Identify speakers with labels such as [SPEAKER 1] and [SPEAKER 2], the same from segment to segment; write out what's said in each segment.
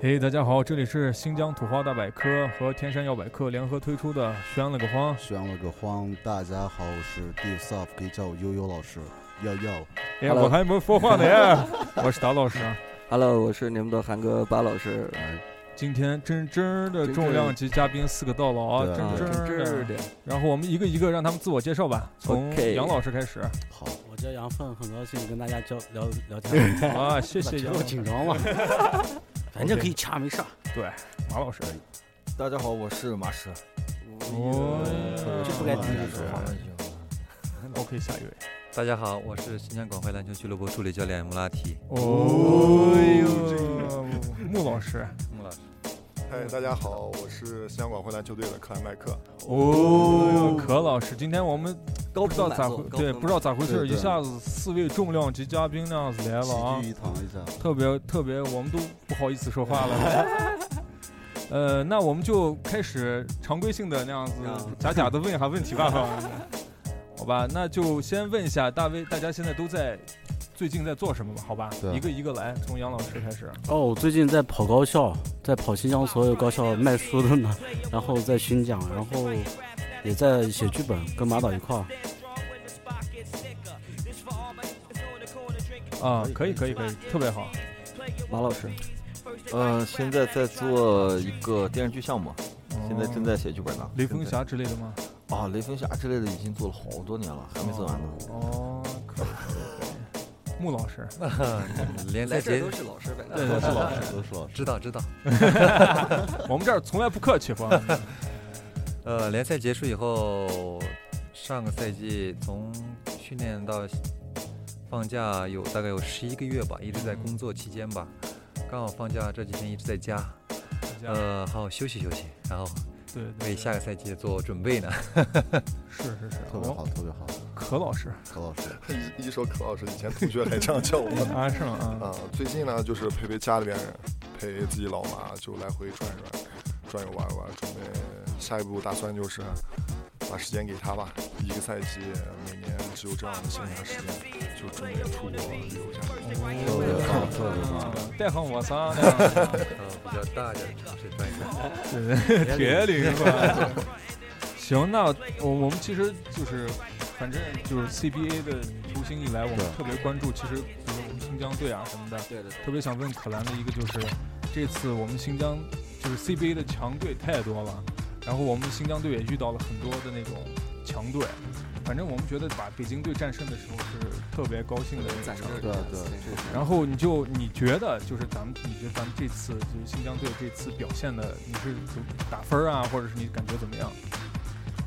[SPEAKER 1] 嘿、大家好，这里是新疆土话大百科和天山药百科联合推出的《宣了个荒》。
[SPEAKER 2] 选了个荒，大家好，我是 D Soft 可以叫我悠悠老师，悠悠。
[SPEAKER 1] 哎，
[SPEAKER 3] Hello
[SPEAKER 1] 我还没说话呢呀，我是达老师。啊。
[SPEAKER 3] Hello，我是你们的韩哥巴老师。
[SPEAKER 1] 今天真真的
[SPEAKER 3] 真真
[SPEAKER 1] 重量级嘉宾四个到了啊，
[SPEAKER 2] 对
[SPEAKER 1] 真
[SPEAKER 2] 啊
[SPEAKER 1] 真
[SPEAKER 3] 这
[SPEAKER 1] 的。然后我们一个一个让他们自我介绍吧，从
[SPEAKER 3] OK
[SPEAKER 1] 杨老师开始。
[SPEAKER 2] 好，
[SPEAKER 4] 我叫杨凤，很高兴跟大家交聊聊 天。
[SPEAKER 1] 啊，谢谢杨
[SPEAKER 4] 我
[SPEAKER 1] 老师。
[SPEAKER 4] 紧张 嘛，反正可以掐，没事儿。
[SPEAKER 1] 马老师，
[SPEAKER 5] 大家好，我是马师。
[SPEAKER 1] 哦
[SPEAKER 4] 这不该听
[SPEAKER 2] 这
[SPEAKER 4] 说
[SPEAKER 2] 话
[SPEAKER 1] ，OK，下一位。
[SPEAKER 6] 大家好，我是新疆广汇篮球俱乐部助理教练穆拉提。
[SPEAKER 1] 哦呦，穆老师。
[SPEAKER 6] 穆老师，
[SPEAKER 7] 嗨，哎大家好，我是香港回篮球队的克莱麦克。
[SPEAKER 1] 哦，可老师，今天我们
[SPEAKER 3] 高
[SPEAKER 1] 不知道
[SPEAKER 3] 频
[SPEAKER 1] 咋
[SPEAKER 3] 满
[SPEAKER 1] 回
[SPEAKER 3] 座，，
[SPEAKER 1] 对，不知道咋回事儿，
[SPEAKER 2] 对
[SPEAKER 1] 一
[SPEAKER 2] 对
[SPEAKER 1] 下子四位重量级嘉宾那样子来了啊
[SPEAKER 2] 哎齐，聚一堂一下，
[SPEAKER 1] 特别特别，我们都不好意思说话了。 呃，那我们就开始常规性的那样子
[SPEAKER 3] 啊，
[SPEAKER 1] 假假的问一下问题吧， 好吧？那就先问一下大卫，大家现在都在最近在做什么吧？好吧，
[SPEAKER 2] 对
[SPEAKER 1] 一个一个来，从杨老师开始。
[SPEAKER 4] 哦，我最近在跑高校，在跑新疆所有高校卖书的呢，然后在巡讲，然后也在写剧本，跟马导一块儿。
[SPEAKER 1] 啊，可以可以可以，特别好。
[SPEAKER 3] 马老师，
[SPEAKER 5] 呃，现在在做一个电视剧项目，现在正在写剧本呢。
[SPEAKER 1] 哦雷锋侠之类的吗？
[SPEAKER 5] 啊，雷锋侠之类的已经做了好多年了，还没做完呢。
[SPEAKER 1] 哦，可以可以可以。穆老师，
[SPEAKER 6] 联
[SPEAKER 3] 来这
[SPEAKER 6] 赛
[SPEAKER 3] 儿
[SPEAKER 6] 节
[SPEAKER 3] 都是老师呗。
[SPEAKER 1] 对对是老师。
[SPEAKER 2] 都是老师。
[SPEAKER 6] 知道知道。
[SPEAKER 1] 我们这儿从来不客气，朋友 们。
[SPEAKER 6] 呃，联赛结束以后，上个赛季从训练到放假有大概有十一个月吧，一直在工作期间吧。刚好放假这几天一直在家，呃，好好休息休息，然后
[SPEAKER 1] 嗯对
[SPEAKER 2] 呃
[SPEAKER 1] 对，
[SPEAKER 6] 为下个赛季做准 备呢。
[SPEAKER 1] 是是是，
[SPEAKER 2] 特别好，特别好，
[SPEAKER 1] 可老师
[SPEAKER 2] 何老师。
[SPEAKER 7] 一一说可老师，以前同学还这 样叫我
[SPEAKER 1] 啊，是吗？啊，
[SPEAKER 7] 啊。最近呢，就是陪陪家里边人，陪自己老妈，就来回转一转，转悠玩一玩，准备下一步打算就是把时间给他吧。一个赛季，每年只有这样的闲暇时间，就准备出国旅游一下。
[SPEAKER 2] 特别棒，特别棒。
[SPEAKER 1] 带上我仨呢，
[SPEAKER 6] 呃，比较大一点的城市转一 转。
[SPEAKER 1] 铁岭吧。行，那我我们其实就是，反正就是 CBA 的球星以来，我们
[SPEAKER 2] 对
[SPEAKER 1] 特别关注，其实比如我们新疆队啊什么的，
[SPEAKER 3] 对对对，
[SPEAKER 1] 特别想问可兰的一个就是，这次我们新疆就是 CBA 的强队太多了，然后我们新疆队也遇到了很多的那种强队，反正我们觉得把北京队战胜的时候是特别高兴的一
[SPEAKER 3] 暂
[SPEAKER 1] 个
[SPEAKER 3] 时
[SPEAKER 1] 事儿。
[SPEAKER 2] 对对
[SPEAKER 1] 然后你就你觉得就是咱们，你觉得咱们这次就是新疆队这次表现的，你是怎么打分儿啊，或者是你感觉怎么样？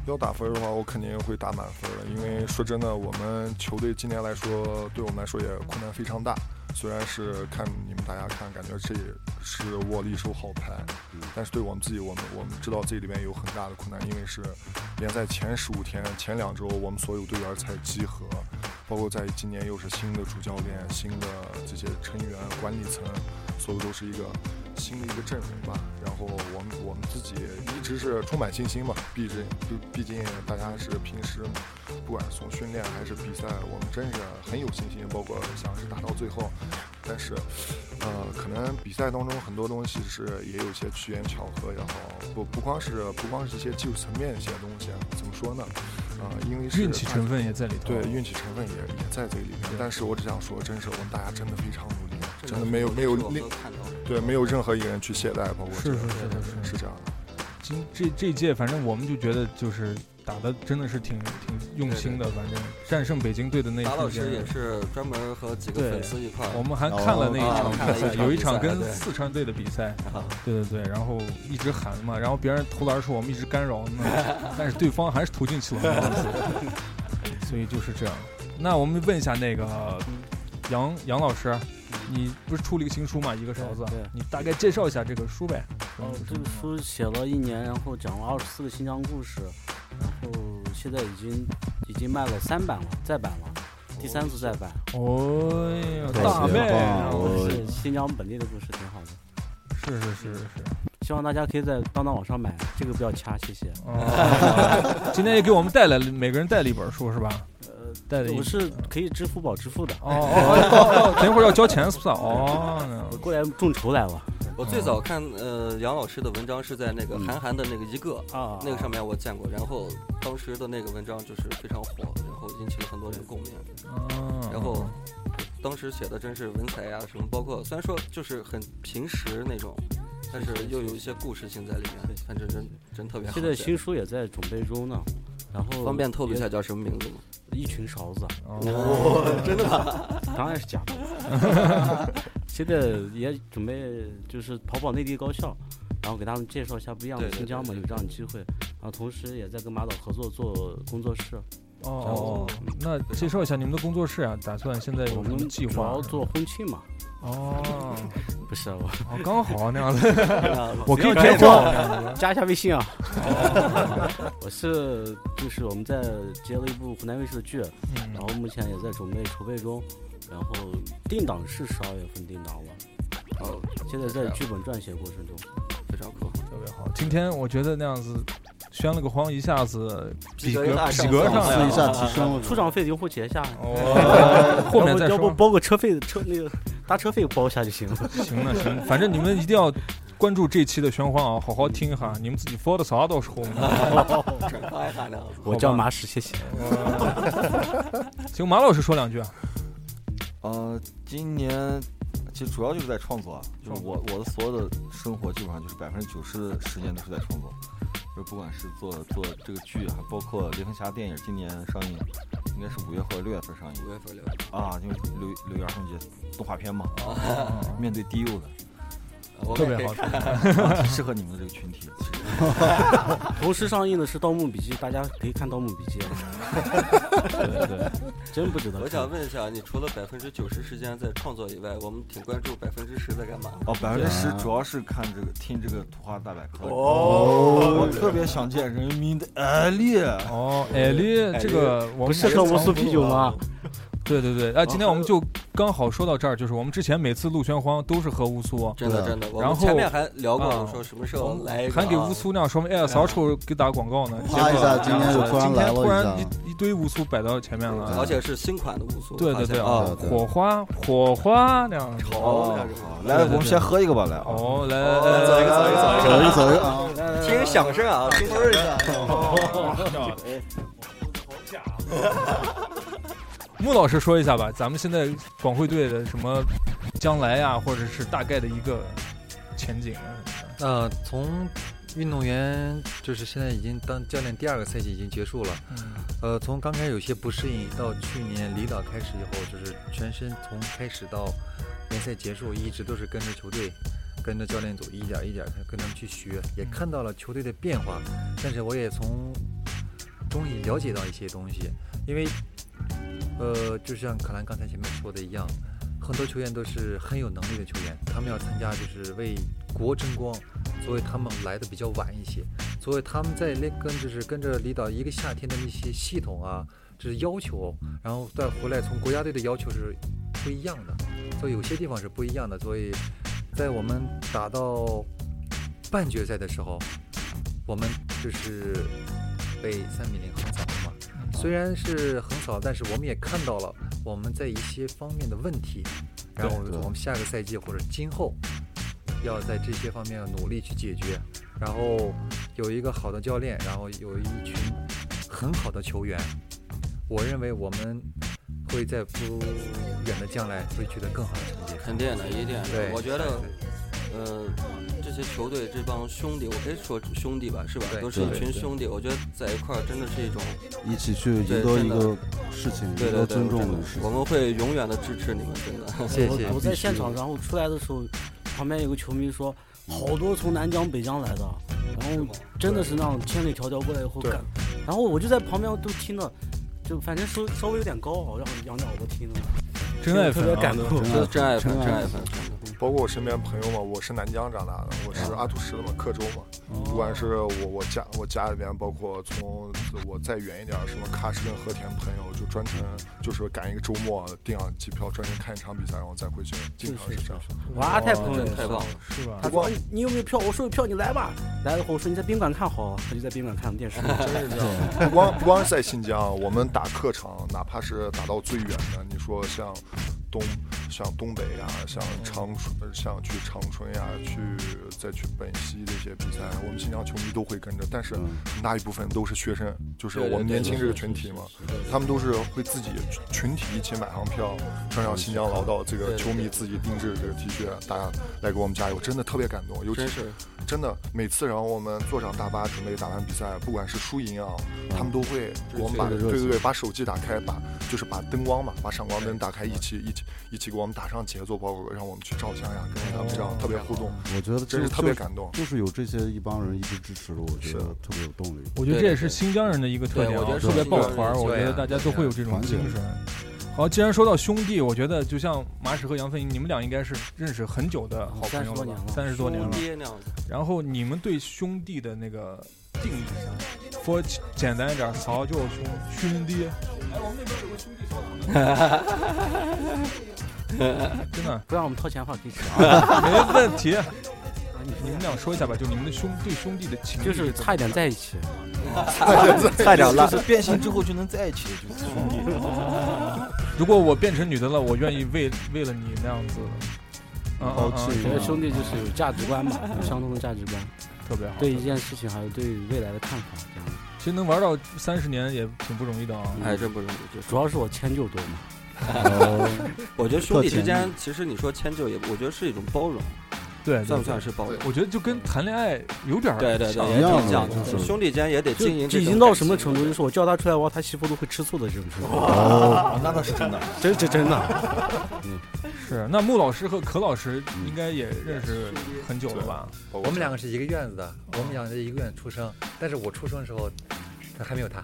[SPEAKER 7] 要打分的话，我肯定会打满分的，因为说真的，我们球队今年来说，对我们来说也困难非常大。虽然是看你们大家看，感觉这也是握了一手好牌
[SPEAKER 2] 嗯，
[SPEAKER 7] 但是对我们自己，我们我们知道这里面有很大的困难，因为是联赛前十五天、前两周，我们所有队员才集合，包括在今年又是新的主教练、新的这些成员、管理层，所有都是一个新的一个阵容吧。然后我们我们自己一直是充满信心嘛，毕竟毕毕竟大家是平时不管是从训练还是比赛，我们真是很有信心，包括想是打到最后。但是，呃，可能比赛当中很多东西是也有一些机缘巧合也好，不不光是不光是一些技术层面的一些东西，啊，怎么说呢？啊、因为是
[SPEAKER 1] 运气
[SPEAKER 7] 大
[SPEAKER 1] 成分也在里头。
[SPEAKER 7] 对，运气成分也也在这里面
[SPEAKER 1] 嗯对。
[SPEAKER 7] 但是我只想说，真是我们大家真的非常努力，啊真的没有没有
[SPEAKER 3] 我
[SPEAKER 7] 另
[SPEAKER 3] 都看到了。
[SPEAKER 7] 对没有任何一个人去懈怠，包括
[SPEAKER 1] 是
[SPEAKER 7] 这
[SPEAKER 1] 是
[SPEAKER 7] 个
[SPEAKER 1] 是是是。
[SPEAKER 7] 是这样的。
[SPEAKER 1] 今这这届反正我们就觉得就是打的真的是挺挺用心的，反正战胜北京队的那一
[SPEAKER 3] 马老
[SPEAKER 1] 瞬
[SPEAKER 3] 师
[SPEAKER 1] 间
[SPEAKER 3] 也。是专门和几个
[SPEAKER 1] 对
[SPEAKER 3] 粉丝一块儿
[SPEAKER 1] 我们还看了那一场
[SPEAKER 3] 啊哦
[SPEAKER 1] 比
[SPEAKER 3] 看了
[SPEAKER 1] 赛，
[SPEAKER 3] 一场
[SPEAKER 1] 有一场
[SPEAKER 3] 比赛
[SPEAKER 1] 跟
[SPEAKER 3] 对
[SPEAKER 1] 四川队的比赛，
[SPEAKER 3] 啊，
[SPEAKER 1] 对对对，然后一直喊嘛，然后别人投篮的时候我们一直干扰呢， 但是对方还是投进去了那样子，所以就是这样。那我们问一下那个杨杨老师，你不是出了一个新书嘛，《一个勺子》
[SPEAKER 4] 对对
[SPEAKER 1] 你大概介绍一下这个书呗？
[SPEAKER 4] 哦，这个书写了一年，然后讲了二十四个新疆故事，然后现在已经已经卖了三版了，再版了，第三次再版。
[SPEAKER 1] 哦呦，
[SPEAKER 2] 对
[SPEAKER 1] 大
[SPEAKER 2] 别
[SPEAKER 1] 卖
[SPEAKER 2] 忘
[SPEAKER 1] 哦
[SPEAKER 2] 了
[SPEAKER 4] 都是新疆本地的故事，挺好的。
[SPEAKER 1] 是是是是是。
[SPEAKER 4] 希望大家可以在当当网上买，这个不要掐，谢谢。
[SPEAKER 1] 哦，今天也给我们带来了，每个人带了一本书是吧？
[SPEAKER 4] 呃，
[SPEAKER 1] 带了一
[SPEAKER 4] 我是可以支付宝支付的，
[SPEAKER 1] 哦哦哦哦，等一会儿要交钱是不是？哦，
[SPEAKER 4] 我过来众筹来了。
[SPEAKER 3] 我最早看呃杨老师的文章是在那个
[SPEAKER 5] 嗯
[SPEAKER 3] 韩寒的那个一个
[SPEAKER 4] 啊，
[SPEAKER 3] 那个上面我见过，然后当时的那个文章就是非常火，然后引起了很多人共鸣。
[SPEAKER 1] 啊
[SPEAKER 3] 然后当时写的真是文采呀、什么，包括虽然说就是很平时那种，但是又有一些故事性在里面，反正真真特别好
[SPEAKER 4] 现
[SPEAKER 3] 写。
[SPEAKER 4] 在新书也在准备中呢，然后
[SPEAKER 3] 方便透露一下叫什么名字吗？
[SPEAKER 4] 一群勺子，
[SPEAKER 3] 哦 真的吗？
[SPEAKER 4] 当然是假的。 现在也准备就是跑跑内地高校，然后给他们介绍一下不一样的
[SPEAKER 3] 对对
[SPEAKER 4] 新疆嘛，
[SPEAKER 3] 对
[SPEAKER 4] 有这样的机会。然后同时也在跟马导合作做工作室，
[SPEAKER 1] 哦哦，那介绍一下你们的工作室啊，打算现在
[SPEAKER 4] 我
[SPEAKER 1] 有什
[SPEAKER 4] 们
[SPEAKER 1] 么计
[SPEAKER 4] 主
[SPEAKER 1] 划
[SPEAKER 4] 要？做婚庆嘛，
[SPEAKER 1] 哦，
[SPEAKER 4] 不是啊我
[SPEAKER 1] 哦刚好那样子，我可以
[SPEAKER 4] 只要
[SPEAKER 1] 拍
[SPEAKER 4] 有
[SPEAKER 1] 照
[SPEAKER 4] 空。加一下微信啊。 我是就是我们在接了一部湖南卫视的剧，
[SPEAKER 1] 嗯
[SPEAKER 4] 然后目前也在准备筹备中，然后定档是十二月份定档了，
[SPEAKER 3] 哦，
[SPEAKER 4] 现在在剧本撰写过程中。
[SPEAKER 3] 非常酷。
[SPEAKER 1] 特别好。今天我觉得那样子宣了个黄，一下子
[SPEAKER 3] 逼
[SPEAKER 1] 格
[SPEAKER 3] 格大上
[SPEAKER 1] 比格上
[SPEAKER 3] 哎
[SPEAKER 2] 试
[SPEAKER 1] 了
[SPEAKER 2] 一。下提升了。
[SPEAKER 4] 出场费用户结一下，
[SPEAKER 1] 哦，后面再
[SPEAKER 4] 要不要
[SPEAKER 1] 说
[SPEAKER 4] 不。包个车费车那个搭车费包一下就行了。
[SPEAKER 1] 行了行了，反正你们一定要关注这期的玄幻啊，好好听一下。你们自己 follow 啥到时候。
[SPEAKER 3] 转发一下那样子。
[SPEAKER 4] 哦我叫马史，谢谢。
[SPEAKER 1] 行，马老师说两句啊。
[SPEAKER 5] 呃，今年其实主要就是在创作啊，就是我我的所有的生活基本上就是百分之九十的时间都是在创作，就是不管是做做这个剧啊，还包括《雷锋侠》电影今年上映，应该是五月或者六月份上映
[SPEAKER 3] 五月份六月份，
[SPEAKER 5] 啊，因为六六一儿童节动画片嘛，面对低幼的， 啊
[SPEAKER 3] 我
[SPEAKER 1] 特
[SPEAKER 3] 们也
[SPEAKER 1] 别
[SPEAKER 3] 可以
[SPEAKER 1] 好
[SPEAKER 3] 看。
[SPEAKER 5] 适合你们的这个群体。其实
[SPEAKER 4] 同时上映的是《盗墓笔记》，大家可以看《盗墓笔记》。 对对，真不值得看。
[SPEAKER 3] 我想问一下，你除了百分之九十时间在创作以外，我们挺关注百分之十在干嘛？
[SPEAKER 5] 哦，百分之十
[SPEAKER 2] 啊
[SPEAKER 5] 主要是看这个听这个图画大百科。哦，我特别想见人民的爱丽。
[SPEAKER 1] 哦，艾丽，这个我
[SPEAKER 4] 不
[SPEAKER 1] 们
[SPEAKER 4] 是喝无数啤酒吗？
[SPEAKER 1] 对对对，哎，今天我们就刚好说到这儿，就是我们之前每次录玄荒都是喝乌苏，哦
[SPEAKER 3] 真的真的，我
[SPEAKER 1] 然
[SPEAKER 3] 们
[SPEAKER 1] 后
[SPEAKER 3] 前面还
[SPEAKER 1] 啊
[SPEAKER 3] 聊过，说什么时
[SPEAKER 1] 我
[SPEAKER 3] 候来一
[SPEAKER 1] 们
[SPEAKER 3] 个，啊
[SPEAKER 1] 还给乌苏那样说明，哎呀，小丑给打广告呢。结
[SPEAKER 2] 啪一
[SPEAKER 1] 果
[SPEAKER 2] 下，今天就突然
[SPEAKER 1] 今
[SPEAKER 2] 来
[SPEAKER 1] 天
[SPEAKER 2] 了
[SPEAKER 1] 突然
[SPEAKER 2] 一下，
[SPEAKER 1] 一一堆乌苏摆到前面了
[SPEAKER 3] 而，且是新款的乌苏，
[SPEAKER 1] 对对对
[SPEAKER 3] 啊，
[SPEAKER 1] 啊，
[SPEAKER 2] 对对
[SPEAKER 1] 火花火花那样。
[SPEAKER 3] 潮那种
[SPEAKER 5] 哦好来，我们先喝一个吧，来。哦，
[SPEAKER 1] 哦，来
[SPEAKER 3] 哦
[SPEAKER 1] 来
[SPEAKER 3] 走一
[SPEAKER 1] 来
[SPEAKER 3] 个
[SPEAKER 1] 来，
[SPEAKER 3] 走一个走一
[SPEAKER 2] 走一走一啊，
[SPEAKER 3] 个，听响声啊，听声儿
[SPEAKER 1] 穆老师说一下吧，咱们现在广汇队的什么将来啊，或者是大概的一个前景啊什么的。
[SPEAKER 6] 那从运动员就是现在已经当教练第二个赛季已经结束了，呃，从刚开始有些不适应，到去年离岛开始以后，就是全身从开始到联赛结束，一直都是跟着球队、跟着教练组一点儿一点儿跟他们去学，也
[SPEAKER 1] 嗯
[SPEAKER 6] 看到了球队的变化，但是我也从中里了解到一些东西，因为呃，就像可兰刚才前面说的一样，很多球员都是很有能力的球员，他们要参加就是为国争光，所以他们来的比较晚一些，所以他们在那跟就是跟着李导一个夏天的那些系统啊，就是要求，然后再回来从国家队的要求是不一样的，所以有些地方是不一样的，所以在我们打到半决赛的时候，我们就是被三比零横扫了嘛。虽然是横扫，但是我们也看到了我们在一些方面的问题，然后
[SPEAKER 2] 对对
[SPEAKER 6] 我们下个赛季或者今后要在这些方面努力去解决。然后有一个好的教练，然后有一群很好的球员，我认为我们会在不远的将来会取得更好的成绩。
[SPEAKER 3] 肯定的，一定
[SPEAKER 6] 对
[SPEAKER 3] 的。，我觉得，呃，这些球队这帮兄弟，我可以说兄弟吧，是吧？
[SPEAKER 6] 对
[SPEAKER 3] 都是一
[SPEAKER 5] 对
[SPEAKER 3] 群兄弟，我觉得在一块儿真的是一种，
[SPEAKER 2] 一起去赢得一个事情，
[SPEAKER 3] 对
[SPEAKER 2] 赢
[SPEAKER 3] 对
[SPEAKER 2] 得
[SPEAKER 3] 对，
[SPEAKER 2] 尊重
[SPEAKER 3] 真
[SPEAKER 2] 的
[SPEAKER 3] 的
[SPEAKER 2] 事
[SPEAKER 3] 我
[SPEAKER 2] 情。
[SPEAKER 3] 们会永远的支持你们，真 的。
[SPEAKER 6] 谢谢
[SPEAKER 4] 我。我在现场，然后出来的时候，旁边有个球迷说，好多从南疆北疆来的，然后真的是那样千里迢迢过来以后
[SPEAKER 1] 对
[SPEAKER 4] 干，
[SPEAKER 7] 嗯
[SPEAKER 4] 然后我就在旁边都听了，就反正稍稍微有点高傲，让仰着耳朵听了，
[SPEAKER 1] 真爱
[SPEAKER 4] 特
[SPEAKER 1] 粉
[SPEAKER 4] 别
[SPEAKER 1] 啊
[SPEAKER 4] 感动。
[SPEAKER 3] 真的真爱粉，真爱粉，
[SPEAKER 7] 包括我身边朋友嘛，我是南疆长大的，我是阿图什的嘛，克州嘛。不管是我我家我家里边，包括从我再远一点，什么喀什跟和田朋友，就专程就是赶一个周末订上机票，专程看一场比赛，然后再回去，经常是这样。
[SPEAKER 4] 我阿泰朋友
[SPEAKER 3] 真
[SPEAKER 4] 也
[SPEAKER 3] 的
[SPEAKER 4] 是
[SPEAKER 3] 太棒了。
[SPEAKER 1] 是吧？
[SPEAKER 4] 他说哎你有没有票？我说有票，你来吧。来了以后我说你在宾馆看好，啊他就在宾馆看电 视。
[SPEAKER 7] 不光不光是在新疆，我们打客场，哪怕是打到最远的，你说像东像东北呀、像长春、呃像去长春呀、去再去本溪这些比赛，我们新疆球迷都会跟着，但是
[SPEAKER 2] 嗯
[SPEAKER 7] 很大一部分都是学生，就是
[SPEAKER 5] 对对
[SPEAKER 7] 我们
[SPEAKER 5] 对
[SPEAKER 7] 年
[SPEAKER 5] 对
[SPEAKER 7] 轻这
[SPEAKER 5] 对
[SPEAKER 7] 个群体嘛，他们都是会自己群体一起买上票，穿上新疆老道这
[SPEAKER 5] 对
[SPEAKER 7] 个
[SPEAKER 5] 对
[SPEAKER 7] 球迷
[SPEAKER 5] 对
[SPEAKER 7] 自己定制的这个 T 恤，大家来给我们加油，真的特别感动，尤其
[SPEAKER 3] 真
[SPEAKER 7] 是。
[SPEAKER 3] 是
[SPEAKER 7] 真的，每次然后我们坐上大巴准备打完比赛，不管是输赢啊，他们都会
[SPEAKER 3] 就是
[SPEAKER 7] 给我们把
[SPEAKER 2] 这
[SPEAKER 7] 对
[SPEAKER 2] 个热
[SPEAKER 7] 对
[SPEAKER 2] 情
[SPEAKER 7] 对，把手机打开，把就是把灯光嘛，把闪光灯打开，一起一起一起给我们打上节奏，包括让我们去照相呀，跟着他们这样特别互动，
[SPEAKER 2] 我觉得就
[SPEAKER 7] 真
[SPEAKER 2] 是
[SPEAKER 7] 特别，感动。
[SPEAKER 2] 就就是有这些一帮人一直支持着，我觉
[SPEAKER 7] 是
[SPEAKER 2] 得特别有动力。
[SPEAKER 1] 我觉得
[SPEAKER 3] 对
[SPEAKER 1] 这也
[SPEAKER 3] 对
[SPEAKER 1] 是新疆人的一个特
[SPEAKER 3] 对
[SPEAKER 1] 点、啊，
[SPEAKER 3] 我觉得
[SPEAKER 1] 特别
[SPEAKER 3] 是
[SPEAKER 1] 抱
[SPEAKER 3] 新疆
[SPEAKER 1] 团儿，
[SPEAKER 3] 人
[SPEAKER 1] 我
[SPEAKER 6] 对
[SPEAKER 1] 觉得
[SPEAKER 6] 啊
[SPEAKER 1] 大家
[SPEAKER 6] 对
[SPEAKER 1] 都
[SPEAKER 6] 啊
[SPEAKER 1] 会有这种
[SPEAKER 2] 团结
[SPEAKER 1] 精神。好，既然说到兄弟，我觉得就像马屎和杨飞，你们俩应该是认识很久的好朋友了吧？三十多年
[SPEAKER 3] 兄
[SPEAKER 1] 了。
[SPEAKER 3] 爹那样子。
[SPEAKER 1] 然后你们对兄弟的那个定义呢？说简单一点，曹就是兄兄弟。哎，我们那边有个兄弟烧烤呢。真的
[SPEAKER 4] 不让我们掏钱的话可以吃啊。
[SPEAKER 1] 没问题，
[SPEAKER 4] 你
[SPEAKER 1] 你们俩说一下吧，就你们的兄对兄弟的情谊
[SPEAKER 4] 就是是
[SPEAKER 1] 怎么
[SPEAKER 4] 差一点在一 起，
[SPEAKER 5] 差点了，就是变性之后就能在一起，就是兄弟。
[SPEAKER 1] 如果我变成女的了，我愿意为为了你那样子，嗯
[SPEAKER 2] 抛
[SPEAKER 1] 嗯嗯
[SPEAKER 2] 弃
[SPEAKER 4] 觉得兄弟就是有价值观嘛，有相同的价值观，
[SPEAKER 1] 特别好。
[SPEAKER 4] 对一件事情还有对未来的看法这样子。
[SPEAKER 1] 其实能玩到三十年也挺不容易的啊。
[SPEAKER 3] 哎，真不容易，就是
[SPEAKER 4] 主要是我迁就多嘛，
[SPEAKER 3] 我觉得兄弟之
[SPEAKER 2] 特甜
[SPEAKER 3] 间，其实你说迁就也，我觉得是一种包容，
[SPEAKER 1] 对，
[SPEAKER 3] 算不算是包容？
[SPEAKER 1] 我觉得就跟谈恋爱有点儿
[SPEAKER 3] 对对对，
[SPEAKER 1] 像
[SPEAKER 3] 也
[SPEAKER 2] 样
[SPEAKER 3] 挺
[SPEAKER 2] 的
[SPEAKER 3] 讲
[SPEAKER 2] 就
[SPEAKER 3] 究
[SPEAKER 2] 是
[SPEAKER 3] 的，兄弟间也得
[SPEAKER 4] 就
[SPEAKER 3] 经营这种感
[SPEAKER 4] 已
[SPEAKER 3] 情。
[SPEAKER 4] 经到什么程度，就是我叫他出来玩，他媳妇都会吃醋的这种程度，
[SPEAKER 5] 啊，那倒是真的。
[SPEAKER 4] 真真真的。
[SPEAKER 1] 是。那穆老师和可老师
[SPEAKER 6] 嗯
[SPEAKER 1] 应该也认识很久了吧？
[SPEAKER 7] 我
[SPEAKER 6] 我们两个是一个院子的，我们俩是一个院子出生，但是我出生的时候，他还 没有他。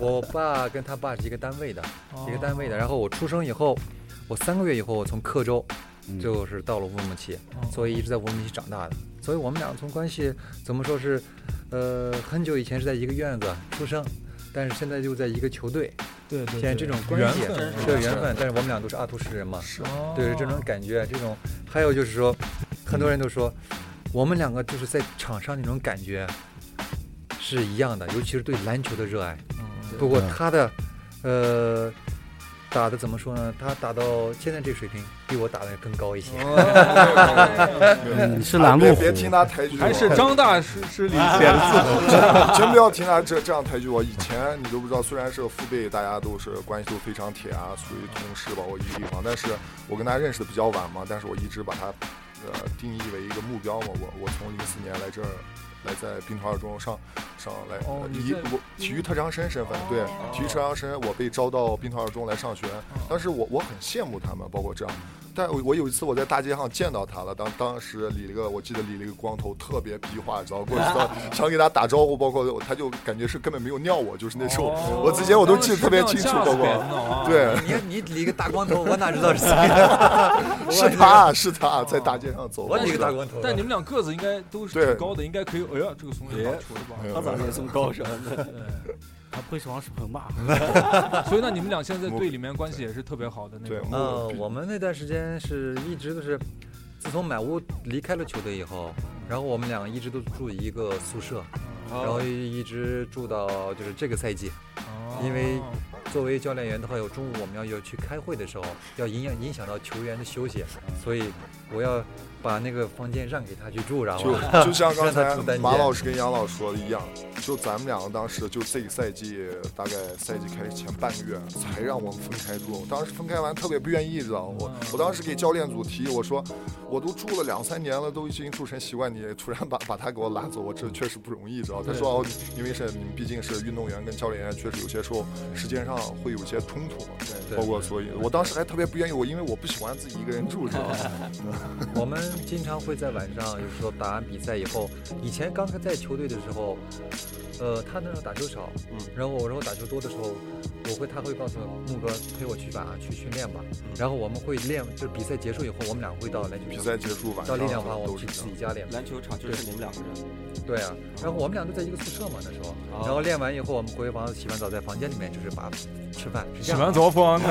[SPEAKER 6] 我爸跟他爸是一个单位的，一个单位
[SPEAKER 1] 哦
[SPEAKER 6] 的。然后我出生以后，我三个月以后，我从克州
[SPEAKER 2] 嗯
[SPEAKER 6] 就是到了乌鲁木齐，
[SPEAKER 1] 哦
[SPEAKER 6] 所以一直在乌鲁木齐长大的。所以我们俩从关系怎么说是，呃，很久以前是在一个院子出生，但是现在又在一个球队，
[SPEAKER 1] 对对，
[SPEAKER 6] 现在这种关
[SPEAKER 1] 缘
[SPEAKER 6] 系
[SPEAKER 1] 分
[SPEAKER 6] 是有缘分，但是我们俩都是阿图什人嘛，
[SPEAKER 1] 是
[SPEAKER 6] 对这种感觉，啊这种还有就是说，很多人都说我们两个就是在场上那种感觉是一样的，尤其是对篮球的热爱。不过
[SPEAKER 2] 嗯
[SPEAKER 6] 他的呃打的怎么说呢？他打到现在这个水平，比我打的更高一些。
[SPEAKER 4] 你嗯是拦路
[SPEAKER 7] 哎啊别
[SPEAKER 4] 虎，
[SPEAKER 7] 别听他抬举
[SPEAKER 1] 哦
[SPEAKER 7] 我，
[SPEAKER 1] 还是张大师师里写的字。
[SPEAKER 7] 真不要听他这这样抬举我。以前你都不知道，虽然是个父辈，大家都是关系都非常铁啊，属于同事吧，我一个地方。但是我跟他认识的比较晚嘛，但是我一直把他呃定义为一个目标嘛。我我从零四年来这儿。来在兵团二中上上来，
[SPEAKER 1] 哦
[SPEAKER 7] 呃
[SPEAKER 1] 你哦
[SPEAKER 7] 以
[SPEAKER 1] 在
[SPEAKER 7] 我体育特长生身份，对体育特长生，我被招到兵团二中来上学。
[SPEAKER 1] 哦
[SPEAKER 7] 当时我我很羡慕他们，包括这样。但我我有一次我在大街上见到他了，当当时理了个，我记得理了一个光头，特别逼话，知道 过去到想给他打招呼，包括他就感觉是根本没有尿我，就是那时候、
[SPEAKER 6] 哦
[SPEAKER 1] 哦
[SPEAKER 7] 我之前我都记得特别清楚，包括
[SPEAKER 1] 括，
[SPEAKER 7] 对，
[SPEAKER 6] 你嗯你理个大光头，我哪知道是 谁？
[SPEAKER 7] 是他是他在大街上走，
[SPEAKER 6] 我理个大光头。
[SPEAKER 1] 但你们俩个子应该都是挺高的，应该可以。哎呀，这个怂人好球的吧？
[SPEAKER 3] 他咋没送高手呢？
[SPEAKER 4] 啊，不会是王世鹏吧？
[SPEAKER 1] 所以那你们俩现在在队里面关系也是特别好的那
[SPEAKER 7] 对
[SPEAKER 1] 种，。
[SPEAKER 6] 呃，我们那段时间是一直都是，自从买屋离开了球队以后，然后我们俩一直都住一个宿舍，然后一直住到就是这个赛季。
[SPEAKER 1] 哦
[SPEAKER 6] 因为作为教练员的话，有中午我们要有去开会的时候，要影响影响到球员的休息，所以我要把那个房间让给他去住，然后
[SPEAKER 7] 就就像刚
[SPEAKER 6] 让他
[SPEAKER 7] 才
[SPEAKER 6] 住 单间
[SPEAKER 7] 马老师跟杨老师说的一样，就咱们两个当时就这个赛季大概赛季开始前半个月才让我们分开住，当时分开完特别不愿意，知道吗？我
[SPEAKER 6] 嗯
[SPEAKER 7] 我当时给教练组提，我说我都住了两三年了，都已经住成习惯，你突然把把他给我拉走，我这确实不容易，知道吗？他
[SPEAKER 1] 对
[SPEAKER 7] 说哦，因为是你们毕竟是运动员跟教练员，确实有些时候时间上会有些冲突嘛，
[SPEAKER 6] 对
[SPEAKER 7] 包括所以，我当时还特别不愿意，我因为我不喜欢自己一个人住，知 道吗？
[SPEAKER 6] 我们经常会在晚上，有时候打完比赛以后，以前刚刚在球队的时候，呃，他那时候打球少，
[SPEAKER 7] 嗯
[SPEAKER 6] 然后我然后打球多的时候，我会他会告诉我木哥陪我去晚上去训练吧，然后我们会练，就是比赛结束以后，我们俩会到篮
[SPEAKER 7] 嗯比
[SPEAKER 6] 球场，
[SPEAKER 7] 赛结束晚
[SPEAKER 6] 到
[SPEAKER 7] 上
[SPEAKER 6] 力量房我
[SPEAKER 7] 都
[SPEAKER 6] 们
[SPEAKER 7] 是
[SPEAKER 6] 去
[SPEAKER 7] 这
[SPEAKER 6] 自
[SPEAKER 7] 样
[SPEAKER 6] 己。家练，
[SPEAKER 3] 篮球场就是你们两个人，
[SPEAKER 6] 对啊，然后我们俩都在一个宿舍嘛那时候，
[SPEAKER 3] 哦
[SPEAKER 6] 然后练完以后我们回房洗完澡在房间里面就是把吃饭，是这
[SPEAKER 1] 洗
[SPEAKER 6] 样
[SPEAKER 1] 完
[SPEAKER 6] 的。
[SPEAKER 1] 澡
[SPEAKER 5] 啊
[SPEAKER 1] 放的，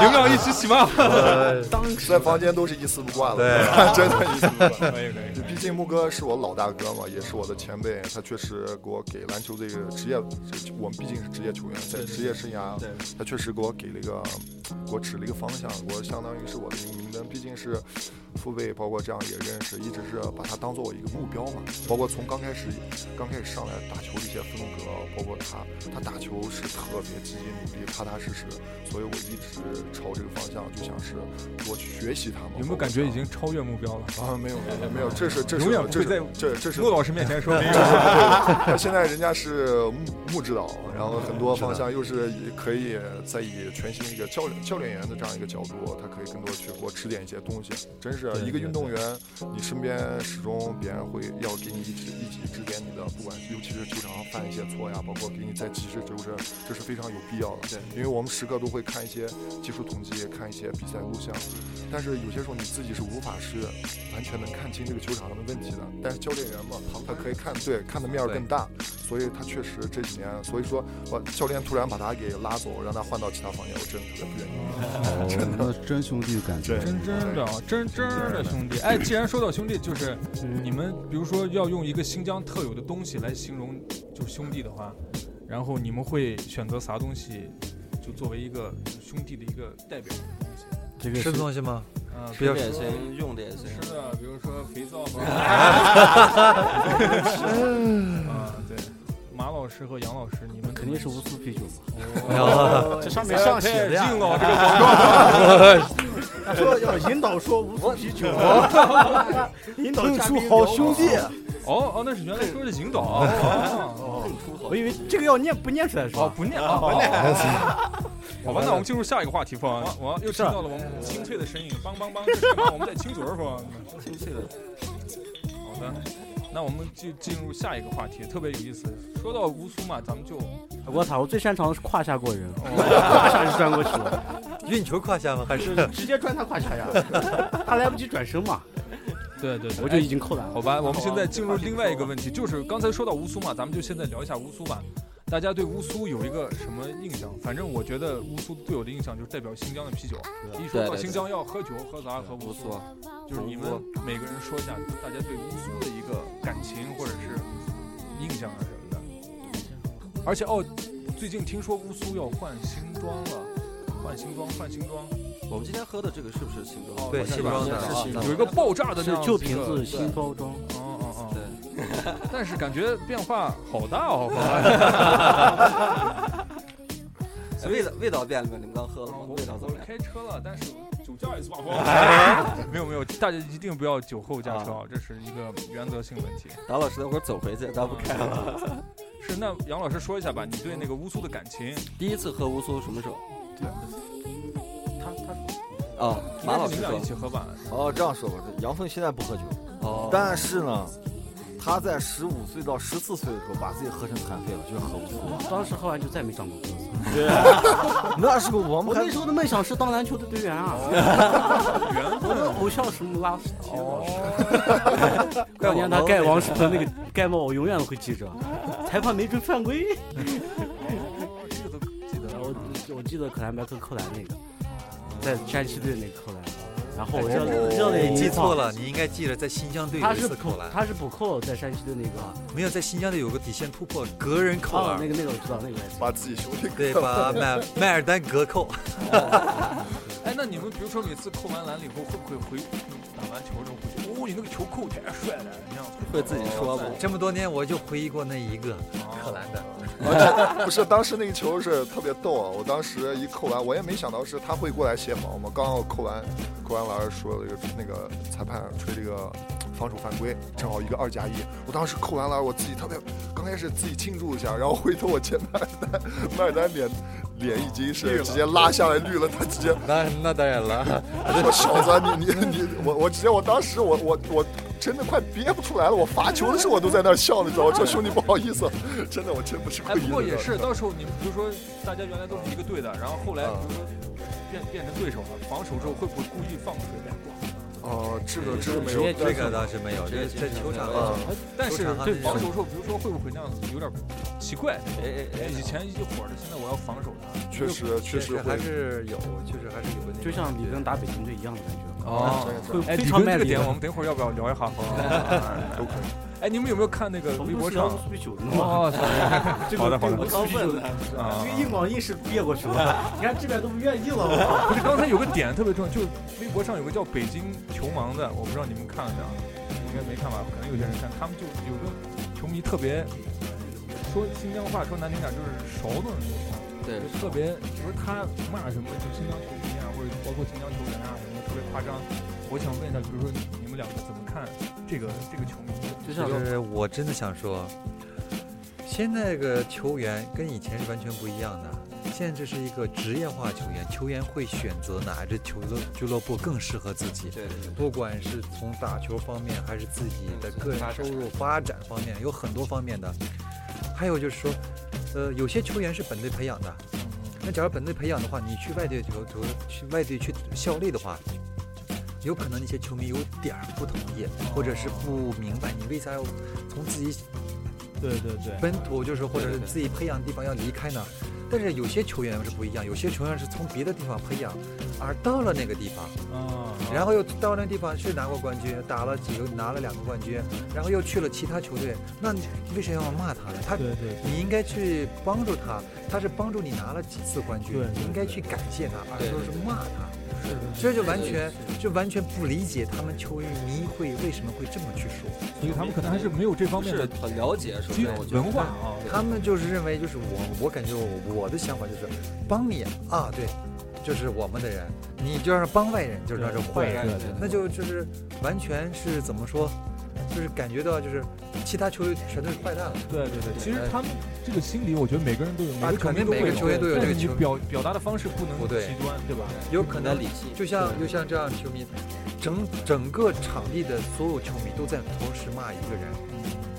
[SPEAKER 1] 你们俩一起洗吧。
[SPEAKER 6] 呃
[SPEAKER 7] 在在房间都是一丝不挂的，
[SPEAKER 6] 对
[SPEAKER 7] 真的一丝不挂。
[SPEAKER 1] 可以可以
[SPEAKER 7] 毕竟木哥是我老大哥嘛，也是我的前辈，他确实给我给篮球这个职业，这我们毕竟是职业球员，在职业生涯，他确实给我给了一个，给我指了一个方向，我相当于是我的一个明灯，毕竟是父辈，包括这样也认识，一直是把他当做我一个目标嘛。包括从刚开始，刚开始上来打球的一些风格，包括他，他打球是特别积极努力、踏踏实实，所以我一直朝这个方向，就想是多学习他嘛。
[SPEAKER 1] 有没有感觉已经超越目标了？
[SPEAKER 7] 啊，没有没有没有，这是这是
[SPEAKER 1] 永远不
[SPEAKER 7] 这
[SPEAKER 1] 会
[SPEAKER 7] 是
[SPEAKER 1] 在
[SPEAKER 7] 这这是
[SPEAKER 1] 陆老师面 前说没有，
[SPEAKER 7] 他现在人家是木木指导，然后很多方向又是以可以再以全新一个教练教练员的这样一个角度，他可以更多去给我指点一些东西。真是啊
[SPEAKER 6] 对
[SPEAKER 7] 一个
[SPEAKER 6] 对
[SPEAKER 7] 运动员，你身边始终别人会要给你一直一起指点你的，不管是尤其是球场上犯一些错呀，包括给你在及时纠正，这是非常有必要的。对，因为我们时刻都会看一些技术统计，看一些比赛录像，但是有些时候你自己是无法是完全能看清这个球场上的问题的。但是教练员嘛，他可以看对看的面儿
[SPEAKER 6] 对
[SPEAKER 7] 更大，所以他确实这几年，所以说我教练突然把他给拉走，让他换到其他行业，我真的特别不愿意。
[SPEAKER 2] 真的真兄弟感觉，
[SPEAKER 1] 真真的真真的兄弟。哎，既然说到兄弟，就是你们比如说要用一个新疆特有的东西来形容就是兄弟的话，然后你们会选择啥东西，就作为一个兄弟的一个代表的东西？
[SPEAKER 4] 这个
[SPEAKER 6] 吃
[SPEAKER 4] 是
[SPEAKER 6] 的东西吗？
[SPEAKER 1] 啊，
[SPEAKER 6] 不要
[SPEAKER 3] 吃的也行，用的也行。
[SPEAKER 1] 吃的，比如说肥皂吧。啊，对，马老师和杨老师，你们
[SPEAKER 4] 肯定是无醋啤酒嘛。
[SPEAKER 8] 这上面上写的呀，
[SPEAKER 1] 硬了这个广告。
[SPEAKER 8] 他说要引导说无醋啤酒，引导
[SPEAKER 5] 听
[SPEAKER 8] 嘉
[SPEAKER 5] 出
[SPEAKER 8] 宾
[SPEAKER 5] 好
[SPEAKER 8] 聊
[SPEAKER 5] 兄弟，
[SPEAKER 1] 哦哦，那是原来说的引导。哦
[SPEAKER 8] 我以为这个要念不念出来是
[SPEAKER 1] 哦，
[SPEAKER 8] 吧？
[SPEAKER 1] 不念啊，不念。好吧，那我们进入下一个话题风。啊我又听到了我们清脆的声音，梆梆梆，这是干嘛？我们在清嘴儿风。
[SPEAKER 3] 清脆的
[SPEAKER 1] 好的，那我们就进入下一个话题，特别有意思。说到乌苏嘛，咱们就哦
[SPEAKER 4] 我操，我最擅长的是胯下过人，胯下就转过去了，
[SPEAKER 6] 运球胯下吗？还是
[SPEAKER 8] 直接转他胯下
[SPEAKER 6] 哦
[SPEAKER 8] 呀，
[SPEAKER 4] 他来不及转身嘛，
[SPEAKER 1] 对对对，哎
[SPEAKER 4] 我就已经扣篮了。
[SPEAKER 1] 好吧，我们现在进入另外一个问题，就是刚才说到乌苏嘛，咱们就现在聊一下乌苏吧。大家对乌苏有一个什么印象？反正我觉得乌苏对我的印象就是代表新疆的啤酒。一说
[SPEAKER 3] 对
[SPEAKER 1] 到
[SPEAKER 3] 对
[SPEAKER 1] 新疆要喝酒，喝啥？喝乌
[SPEAKER 3] 乌
[SPEAKER 1] 苏
[SPEAKER 3] 苏。
[SPEAKER 1] 就是你们每个人说一下大家对乌苏的一个感情或者是印象啊什么的。
[SPEAKER 4] 嗯
[SPEAKER 1] 而且哦，最近听说乌苏要换新装了，换新装，换新装，
[SPEAKER 3] 我们今天喝的这个是不是新
[SPEAKER 1] 哦
[SPEAKER 3] 装？
[SPEAKER 6] 对
[SPEAKER 1] 我
[SPEAKER 6] 新
[SPEAKER 1] 吧
[SPEAKER 6] 装的
[SPEAKER 3] 是
[SPEAKER 6] 啊
[SPEAKER 3] 新？
[SPEAKER 6] 咱
[SPEAKER 3] 装
[SPEAKER 1] 有一个爆炸的
[SPEAKER 4] 是
[SPEAKER 1] 那样
[SPEAKER 4] 旧
[SPEAKER 1] 子
[SPEAKER 4] 瓶
[SPEAKER 1] 的
[SPEAKER 4] 子新包装，
[SPEAKER 1] 哦哦哦，
[SPEAKER 3] 对，
[SPEAKER 1] 但是感觉变化好大哦，好大。
[SPEAKER 3] 哎味道味道变了吗？你们刚喝了吗？
[SPEAKER 1] 我
[SPEAKER 3] 味道怎
[SPEAKER 1] 我
[SPEAKER 3] 么样？
[SPEAKER 1] 开车了，但是酒驾也是 把我。 没有没有，大家一定不要酒后驾车啊，这是一个原则性问题。
[SPEAKER 3] 达老师，等会儿走回去，啊咱不开了。
[SPEAKER 1] 是那杨老师说一下吧，你对那个乌苏的感情。
[SPEAKER 3] 第一次喝乌苏什么时候？
[SPEAKER 4] 他他
[SPEAKER 3] 啊，
[SPEAKER 1] 应
[SPEAKER 3] 马
[SPEAKER 1] 该
[SPEAKER 3] 老
[SPEAKER 1] 是
[SPEAKER 3] 师
[SPEAKER 1] 你们俩一
[SPEAKER 3] 说。
[SPEAKER 1] 起喝吧？
[SPEAKER 5] 哦，这样说吧，这杨峰现在不喝酒，
[SPEAKER 3] 哦，
[SPEAKER 5] 但是呢，他在十五岁到十四岁的时候把自己喝成残废了，就是喝不出。
[SPEAKER 4] 当时喝完就再没长过肚子。
[SPEAKER 5] 那时候我
[SPEAKER 4] 我
[SPEAKER 5] 们还
[SPEAKER 4] 那时候的梦想是当篮球的队员啊，
[SPEAKER 1] 缘
[SPEAKER 4] 我
[SPEAKER 1] 分。
[SPEAKER 4] 的偶像是穆拉什基老师，
[SPEAKER 1] 哦，
[SPEAKER 4] 当年他盖王石的那个盖帽我永远会记着，裁判没准犯规。
[SPEAKER 1] 这个都记得
[SPEAKER 4] 然后我记得可兰白克扣篮那个，在山西队那个扣篮，然后我热热泪
[SPEAKER 6] 你记
[SPEAKER 4] 盈
[SPEAKER 6] 错
[SPEAKER 4] 眶。
[SPEAKER 6] 了，你应该记着在新疆队有
[SPEAKER 4] 他
[SPEAKER 6] 一
[SPEAKER 4] 是
[SPEAKER 6] 次
[SPEAKER 4] 补
[SPEAKER 6] 扣篮，
[SPEAKER 4] 他是补扣在山西队那个，
[SPEAKER 6] 没有在新疆队有个底线突破，隔人扣
[SPEAKER 4] 哦，那
[SPEAKER 6] 篮，
[SPEAKER 4] 个那个我知道那个我知道。
[SPEAKER 7] 把自己兄弟
[SPEAKER 6] 对， 把迈迈尔丹隔扣。
[SPEAKER 1] 哎，那你们比如说每次扣完篮了以后，会不会回嗯打完球之后回去？哦，你那个球扣太帅了，那样
[SPEAKER 3] 会自己说吗？
[SPEAKER 6] 这么多年我就回忆过那 一个扣
[SPEAKER 1] 子。
[SPEAKER 6] 篮的，
[SPEAKER 7] 不是，当时那个球是特别逗啊！我当时一扣完，我也没想到是他会过来协防嘛。刚好扣完，扣完老师说了一个那个裁判吹这个防守犯规，正好一个二加一。我当时扣完了，我自己特别刚开始自己庆祝一下，然后回头我见迈尔丹，迈尔丹脸脸已经是直接拉下来绿了，他直接
[SPEAKER 6] 那那当然了，
[SPEAKER 7] 我小子，你你你，我我直接，我当时我我我真的快憋不出来了。我罚球的时候我都在那儿笑，你知道吗？这兄弟不好意思，真的我真不是故
[SPEAKER 1] 哎，
[SPEAKER 7] 意的。
[SPEAKER 1] 不过也是，到时候你们比如说大家原来都是一个队的，然后后来比如说变变成对手了，防守之后会不会故意放水？
[SPEAKER 7] 哦，这个这个没
[SPEAKER 4] 职
[SPEAKER 7] 有
[SPEAKER 4] 业，
[SPEAKER 6] 这
[SPEAKER 7] 但
[SPEAKER 6] 个
[SPEAKER 7] 是
[SPEAKER 6] 倒是没有，这个在球场
[SPEAKER 7] 啊
[SPEAKER 6] 上，
[SPEAKER 1] 但是
[SPEAKER 6] 球场上
[SPEAKER 1] 对
[SPEAKER 6] 那种
[SPEAKER 1] 防守之后，比如说会不会那样子有点奇怪？
[SPEAKER 3] 哎哎哎，
[SPEAKER 1] 以前一伙的，现在我要防守他。
[SPEAKER 7] 确实确
[SPEAKER 6] 确
[SPEAKER 7] 实
[SPEAKER 6] 实
[SPEAKER 7] 会
[SPEAKER 6] 还。是有，确实还是有那种
[SPEAKER 4] 就像
[SPEAKER 6] 感
[SPEAKER 4] 李
[SPEAKER 6] 觉
[SPEAKER 4] 根打北京队一样的感觉。
[SPEAKER 1] 哦
[SPEAKER 7] 专业，
[SPEAKER 1] 会哎，
[SPEAKER 4] 非
[SPEAKER 1] 理
[SPEAKER 4] 常
[SPEAKER 1] 论
[SPEAKER 4] 卖
[SPEAKER 1] 这个
[SPEAKER 4] 力
[SPEAKER 1] 点，
[SPEAKER 4] 的
[SPEAKER 1] 我们等会儿要不要聊一下？
[SPEAKER 7] 都可以。
[SPEAKER 1] 哎，你们有没有看那个
[SPEAKER 4] 我
[SPEAKER 1] 微
[SPEAKER 4] 们不
[SPEAKER 1] 博
[SPEAKER 4] 是聊
[SPEAKER 1] 上？
[SPEAKER 4] 无啤酒的吗？
[SPEAKER 1] 哦，
[SPEAKER 8] 这
[SPEAKER 1] 好
[SPEAKER 8] 个
[SPEAKER 1] 的好
[SPEAKER 8] 对
[SPEAKER 1] 的
[SPEAKER 8] 我刚问的，因
[SPEAKER 1] 啊
[SPEAKER 8] 为硬广硬是憋过去了，你看这边都不愿意了。
[SPEAKER 1] 不是，刚才有个点特别重要，就是微博上有个叫北京球盲的，我不知道你们看了没有，应该没看吧？可能有些人看，他们就有个球迷特别说新疆话，说难听点就是勺子那种，
[SPEAKER 3] 对
[SPEAKER 1] 就特别就是他骂什么就新疆球迷啊，或者包括新疆球员啊什么特别夸张。我想问一下，比如说你们两个怎么看这个这个球迷？
[SPEAKER 3] 就像
[SPEAKER 6] 就是我真的想说，现在个球员跟以前是完全不一样的。现在这是一个职业化球员，球员会选择哪一支球队俱乐部更适合自己。
[SPEAKER 3] 对嗯
[SPEAKER 6] 不管是从打球方面，还是自己的个人收入发展方面，有很多方面的。还有就是说，呃，有些球员是本队培养的，那假如本队培养的话，你去外地球球去外地去效力的话，有可能那些球迷有点儿不同意，或者是不明白你为啥要从自己
[SPEAKER 8] 对对对，
[SPEAKER 6] 本土，就是或者
[SPEAKER 3] 对
[SPEAKER 6] 是
[SPEAKER 3] 对对
[SPEAKER 6] 自己培养的地方要离开呢。但是有些球员是不一样，有些球员是从别的地方培养，而到了那个地方，
[SPEAKER 1] 啊，
[SPEAKER 3] 哦
[SPEAKER 6] 然后又到那地方去拿过冠军，打了几个，拿了两个冠军，然后又去了其他球队，那你为什么要骂他呢？他
[SPEAKER 8] 对对
[SPEAKER 6] 你应该去帮助他，他是帮助你拿了几次冠军，
[SPEAKER 8] 对对
[SPEAKER 6] 你应该去感谢他，而
[SPEAKER 3] 对
[SPEAKER 6] 不是骂他。
[SPEAKER 3] 是的
[SPEAKER 6] 这就完全
[SPEAKER 3] 对对对
[SPEAKER 6] 就完全不理解他们球迷会为什么会这么去说，
[SPEAKER 1] 所以他们可能还是没有这方
[SPEAKER 3] 不
[SPEAKER 1] 面
[SPEAKER 3] 是
[SPEAKER 1] 的
[SPEAKER 3] 很了解，首
[SPEAKER 1] 基
[SPEAKER 3] 先我觉得
[SPEAKER 1] 文化啊。
[SPEAKER 6] 他们就是认为就是我，我感觉我我的想法就是帮你啊，对，就是我们的人，你就让帮外人，就是
[SPEAKER 1] 啊
[SPEAKER 6] 那是坏人。
[SPEAKER 3] 对对
[SPEAKER 6] 那就就是完全是怎么说，就是感觉到就是其他球队全都是坏蛋了。
[SPEAKER 1] 对对对，其实他们这个心理，我觉得每个人都有，
[SPEAKER 6] 啊
[SPEAKER 1] 个球
[SPEAKER 6] 肯
[SPEAKER 1] 迷
[SPEAKER 6] 定
[SPEAKER 1] 都
[SPEAKER 6] 每
[SPEAKER 1] 会
[SPEAKER 6] 个球员都有
[SPEAKER 1] 但
[SPEAKER 6] 这
[SPEAKER 1] 是
[SPEAKER 6] 个
[SPEAKER 1] 你
[SPEAKER 6] 球迷
[SPEAKER 1] 表表达的方式不能
[SPEAKER 6] 不对
[SPEAKER 1] 极端，对吧？
[SPEAKER 6] 有
[SPEAKER 3] 可
[SPEAKER 6] 可
[SPEAKER 3] 能
[SPEAKER 6] 能
[SPEAKER 3] 理性，
[SPEAKER 6] 就像就像这样球迷，整整个场地的所有球迷都在同时骂一个人，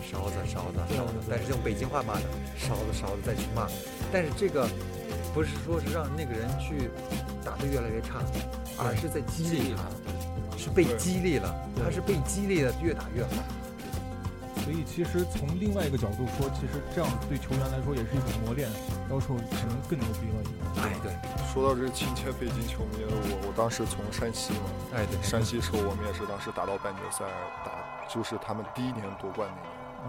[SPEAKER 6] 勺子勺子勺子，但是用北京话骂的勺子勺子再去骂，但是这个不是说是让那个人去打得越来越差，而是在激励他，是被激励了，他是被激励的越打越好。
[SPEAKER 1] 所以其实从另外一个角度说，其实这样对球员来说也是一种磨练，到时候可能更牛逼了以后。
[SPEAKER 6] 哎对，
[SPEAKER 7] 说到这个亲切北京球迷，我我当时从山西嘛，
[SPEAKER 1] 嗯
[SPEAKER 6] 哎对，
[SPEAKER 7] 山西时候我们也是当时打到半决赛，打就是他们第一年夺冠那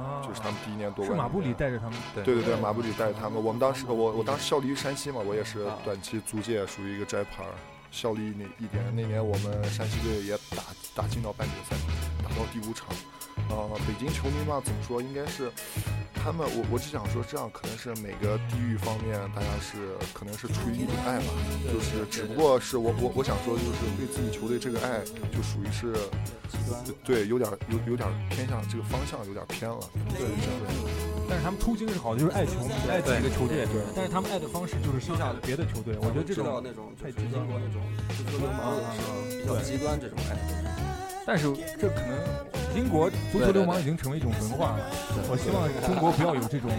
[SPEAKER 7] 年，
[SPEAKER 1] 啊，
[SPEAKER 7] 就是他们第一年夺
[SPEAKER 1] 是
[SPEAKER 7] 冠那年。
[SPEAKER 1] 马布里带着他们，
[SPEAKER 7] 对对对，马布里带着他们。我们当时我我当时效力于山西嘛，我也是短期租借，属于一个摘牌儿，效力那一年。那年我们山西队也打打进到半决赛，打到第五场。呃，北京球迷嘛，怎么说，应该是他们，我我只想说，这样可能是每个地域方面，大家是可能是出于一种爱吧，就是只不过是我我我想说，就是对自己球队这个爱，就属于是
[SPEAKER 3] 极端
[SPEAKER 7] 对有点有有点偏向这个方向有点偏了，对对。
[SPEAKER 1] 但是他们初心是好的，就是爱球迷，爱自己的球队
[SPEAKER 7] 对，
[SPEAKER 1] 但是他们爱的方式就是伤害别的球队。我觉得这
[SPEAKER 3] 知道
[SPEAKER 1] 种，
[SPEAKER 3] 那种
[SPEAKER 1] 太
[SPEAKER 3] 就
[SPEAKER 1] 极
[SPEAKER 3] 是英
[SPEAKER 1] 端
[SPEAKER 3] 国那种就是
[SPEAKER 1] 嗯
[SPEAKER 3] 流氓也是比较极端这种哎爱，
[SPEAKER 1] 但是这可能英国足球流氓已经成为一种文化了。我希望中国不要有这种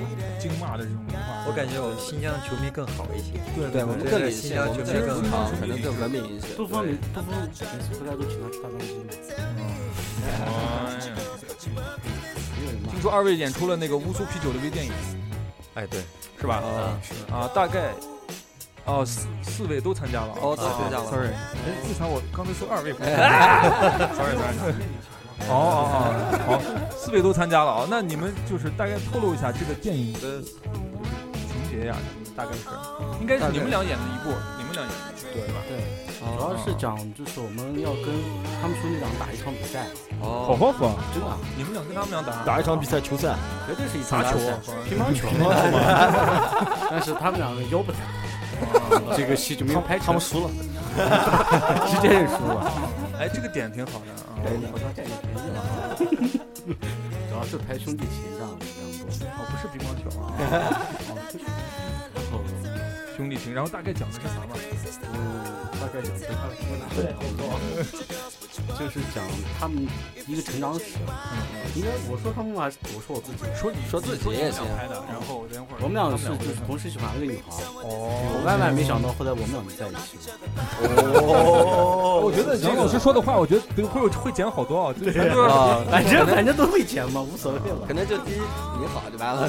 [SPEAKER 1] 惊骂的这种文化。
[SPEAKER 6] 我感觉我们新疆球迷更好一些。
[SPEAKER 1] 对
[SPEAKER 3] 对我们
[SPEAKER 6] 对
[SPEAKER 3] 更
[SPEAKER 6] 对
[SPEAKER 3] 理
[SPEAKER 6] 新
[SPEAKER 3] 性，
[SPEAKER 6] 疆
[SPEAKER 3] 我们
[SPEAKER 6] 球
[SPEAKER 3] 更
[SPEAKER 6] 迷
[SPEAKER 3] 正
[SPEAKER 6] 更
[SPEAKER 3] 常
[SPEAKER 6] 好，
[SPEAKER 3] 啊可能更文明一些。
[SPEAKER 4] 杜峰，
[SPEAKER 3] 对
[SPEAKER 4] 你杜峰每次回来都请他吃大盘鸡嘛，没有人骂
[SPEAKER 1] 听。说二位演出了那个乌苏啤酒的微电影，
[SPEAKER 6] 哎对，
[SPEAKER 1] 是吧？
[SPEAKER 3] 啊，
[SPEAKER 1] 啊，大概，哦，四四位都参加了。
[SPEAKER 3] 哦，都参加了。
[SPEAKER 1] ，sorry，哎，为啥我刚才说二位不参 加？sorry sorry。哦哦哦，好，四位都参加了啊。那你们就是大概透露一下这个电影的情节呀，大概是，应该是你们俩演的一部，你们俩演的一部，对吧？
[SPEAKER 4] 对，主要
[SPEAKER 1] 哦
[SPEAKER 4] 是讲就是我们要跟他们兄弟俩打一场比赛，
[SPEAKER 1] 好
[SPEAKER 3] 哦，
[SPEAKER 1] 豪放，
[SPEAKER 4] 真的
[SPEAKER 1] 你们俩跟他们俩打
[SPEAKER 8] 打一场比赛球赛，
[SPEAKER 4] 绝对是一场
[SPEAKER 1] 啥
[SPEAKER 4] 大
[SPEAKER 1] 球
[SPEAKER 4] 赛
[SPEAKER 1] 啊？
[SPEAKER 4] 乒乓球。但是他们两个腰不太好，这个戏就没有拍成。他们输了，直接认输了。
[SPEAKER 1] 哎，这个点挺好的啊。
[SPEAKER 4] 好像占点便宜了。主要是拍兄弟情这样两波，
[SPEAKER 1] 哦，不是乒乓球啊，
[SPEAKER 8] 嗯
[SPEAKER 4] 然后
[SPEAKER 1] 兄弟情。然后大概讲的是啥嘛？
[SPEAKER 4] 嗯，大概讲这个，就是讲他们一个成长史。应该我说他们还是我说我自己。
[SPEAKER 1] 说你
[SPEAKER 3] 说自己
[SPEAKER 1] 你
[SPEAKER 3] 也
[SPEAKER 1] 们俩
[SPEAKER 3] 行
[SPEAKER 1] 拍的，然后等会儿
[SPEAKER 4] 我们俩是
[SPEAKER 1] 他
[SPEAKER 4] 就是同时喜欢一个女孩，
[SPEAKER 1] 哦
[SPEAKER 4] 我万万没想到后来我们俩能在一起。
[SPEAKER 1] 我觉得杨老师说的话，我觉得等会儿会减好多啊。对，咱 就是
[SPEAKER 3] 啊，
[SPEAKER 4] 反正哎反正都会剪嘛，无所谓了
[SPEAKER 3] 可。能就第一你好就完了。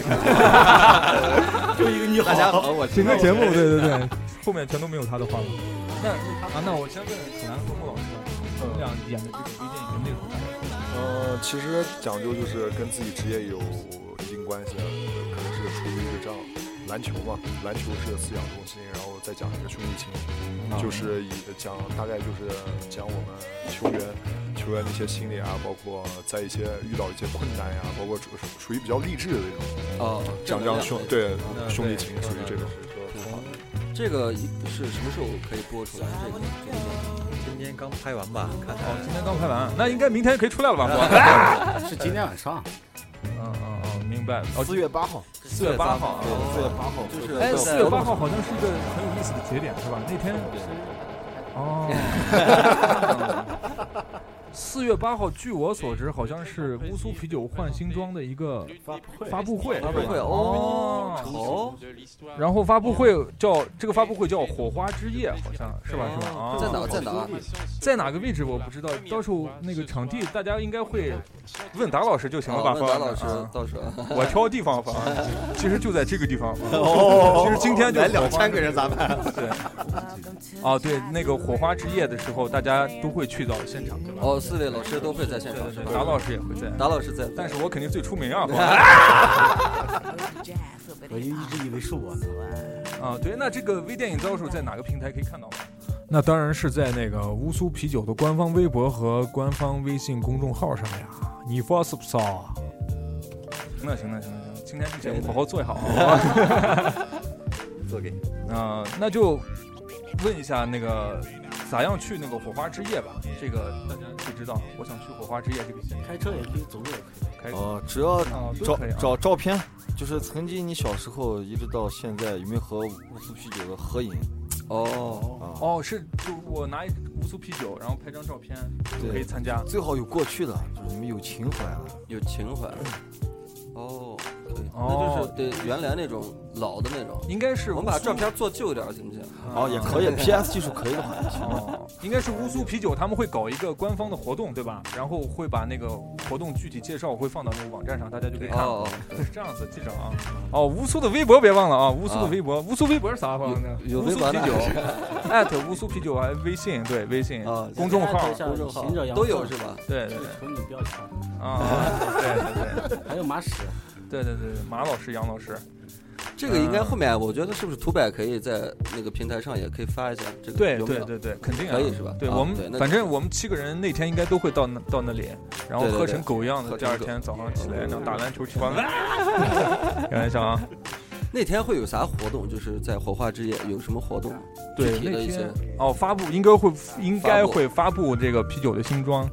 [SPEAKER 4] 就一个你
[SPEAKER 3] 大家好，我是
[SPEAKER 1] 整个节目，对 对对，后面全都没有他的话了。那啊，那我先问楚南和穆老师，们俩演的这个微电影内容感觉？
[SPEAKER 7] 呃，其实讲究就是跟自己职业有一定关系，啊可能是出于一个这样，篮球嘛，篮球是思想中心，然后再讲一个兄弟情，就是以讲大概就是讲我们球员球员的一些心理啊，包括在一些遇到一些困难呀、包括属属于比较励志的那种，
[SPEAKER 3] 哦，
[SPEAKER 7] 讲
[SPEAKER 3] 正能
[SPEAKER 7] 讲
[SPEAKER 3] 量
[SPEAKER 7] 兄
[SPEAKER 3] 那种
[SPEAKER 7] 对
[SPEAKER 3] 嗯
[SPEAKER 7] 兄弟情属于这种。
[SPEAKER 3] 挺好的。这个是什么时候可以播出来？这个这个电影
[SPEAKER 6] 今天刚拍完吧？看看
[SPEAKER 1] 哦，今天刚拍完，那应该明天可以出来了吧？我，
[SPEAKER 4] 是今天晚上，
[SPEAKER 1] 嗯嗯嗯，明白。哦，
[SPEAKER 5] 四月八号，
[SPEAKER 1] 四月八号啊，
[SPEAKER 5] 对，四月八号，
[SPEAKER 3] 就是
[SPEAKER 1] 哎，
[SPEAKER 3] 对
[SPEAKER 1] 四月八号好像是一个很有意思的节点，是吧？那天，哦，四月八号，据我所知，好像是乌苏啤酒换新装的一个
[SPEAKER 8] 发布会
[SPEAKER 1] 发布会，
[SPEAKER 3] 发布会
[SPEAKER 1] 哦。
[SPEAKER 3] 哦，
[SPEAKER 1] 然后发布会叫这个发布会叫火花之夜，好像是吧？是吧？啊，
[SPEAKER 3] 哦在哪在哪？
[SPEAKER 1] 在哪个位置我不知道，到时候那个场地大家应该会问达老师就行了吧？
[SPEAKER 3] 哦问达
[SPEAKER 1] 方案
[SPEAKER 3] 老师
[SPEAKER 1] 啊，
[SPEAKER 3] 到时候
[SPEAKER 1] 我挑地方方案，其实就在这个地方。
[SPEAKER 5] 哦
[SPEAKER 1] 其实今天就
[SPEAKER 5] 来两千个人咋办？
[SPEAKER 1] 啊，对，那个火花之夜的时候，大家都会去到现场，对吧？
[SPEAKER 3] 哦，四位老师都会在现场是吧？
[SPEAKER 1] 达老师也会在，
[SPEAKER 3] 达老师在，
[SPEAKER 1] 但是我肯定最出 名啊！
[SPEAKER 4] 我就一直以为是我呢。
[SPEAKER 1] 啊，对，那这个微电影到时候在哪个平台可以看到吗？那当然是在那个乌苏啤酒的官方微博和官方微信公众号上呀。你发是不是啊？那行那行那行，今天这节目好好做一下啊。
[SPEAKER 6] 做给
[SPEAKER 1] 啊、那就问一下那个咋样去那个火花之夜吧？这个大家都知道，我想去火花之夜这个
[SPEAKER 4] 开车也可以，走路也可以。
[SPEAKER 1] 开始
[SPEAKER 5] 哦，只要
[SPEAKER 1] 啊，都
[SPEAKER 5] 找
[SPEAKER 1] 可以啊。
[SPEAKER 5] 找照片，就是曾经你小时候一直到现在有没有和乌苏啤酒的合影
[SPEAKER 3] 哦，
[SPEAKER 5] 啊？
[SPEAKER 1] 哦，是，就我拿一无苏啤酒，然后拍张照片，可以
[SPEAKER 5] 对，
[SPEAKER 1] 参加。
[SPEAKER 5] 最好有过去的，就是你们有情怀了。
[SPEAKER 3] 有情怀。哦，可以，那就
[SPEAKER 1] 哦
[SPEAKER 3] 是对原来那种老的那种。
[SPEAKER 1] 应该是
[SPEAKER 3] 我们把照片做旧点儿行不行？
[SPEAKER 5] 哦，也可以，PS 技术可以的话，
[SPEAKER 1] 啊哦， 应该是乌苏啤酒，他们会搞一个官方的活动，对吧？然后会把那个活动具体介绍会放到那个网站上，大家就可以看。
[SPEAKER 3] 哦，
[SPEAKER 1] 是这样子，记着啊。哦，乌苏的微博别忘了啊，乌苏的微博，乌苏微博是啥方呢？
[SPEAKER 3] 有有
[SPEAKER 1] 乌
[SPEAKER 3] 微
[SPEAKER 1] 苏
[SPEAKER 3] 博
[SPEAKER 1] 啤
[SPEAKER 3] 呢
[SPEAKER 1] 酒， 艾特乌苏啤酒啊，微信对微信
[SPEAKER 3] 啊
[SPEAKER 1] 公众号
[SPEAKER 4] 大，家看一下行者
[SPEAKER 3] 哦
[SPEAKER 4] 杨
[SPEAKER 3] 都有是吧？
[SPEAKER 1] 对对
[SPEAKER 4] 这个
[SPEAKER 1] 对
[SPEAKER 4] 球你不要抢，
[SPEAKER 1] 啊，对对
[SPEAKER 4] 还有马屎，
[SPEAKER 1] 对对对对，马老师、杨老师，
[SPEAKER 3] 这个
[SPEAKER 1] 嗯
[SPEAKER 3] 应该后面，我觉得是不是图百可以在那个平台上也可以发一下？这个
[SPEAKER 1] 对
[SPEAKER 3] 有没
[SPEAKER 1] 对
[SPEAKER 3] 有？
[SPEAKER 1] 对对，肯定啊
[SPEAKER 3] 可以是吧
[SPEAKER 1] 对
[SPEAKER 3] 啊
[SPEAKER 1] 我们
[SPEAKER 3] 对那，
[SPEAKER 1] 反正我们七个人那天应该都会到那到那里，然后
[SPEAKER 3] 对对
[SPEAKER 1] 喝
[SPEAKER 3] 对
[SPEAKER 1] 成狗一样的，
[SPEAKER 3] 喝
[SPEAKER 1] 第
[SPEAKER 3] 成
[SPEAKER 1] 二
[SPEAKER 3] 狗
[SPEAKER 1] 天早上起来，然
[SPEAKER 3] 嗯
[SPEAKER 1] 后打篮球去玩。 开玩笑啊，
[SPEAKER 3] 那天会有啥活动？就是在火化之夜有什么活动？具
[SPEAKER 1] 对
[SPEAKER 3] 体的
[SPEAKER 1] 那
[SPEAKER 3] 一些
[SPEAKER 1] 天哦，发布应该会应该会发布这个啤酒的新装。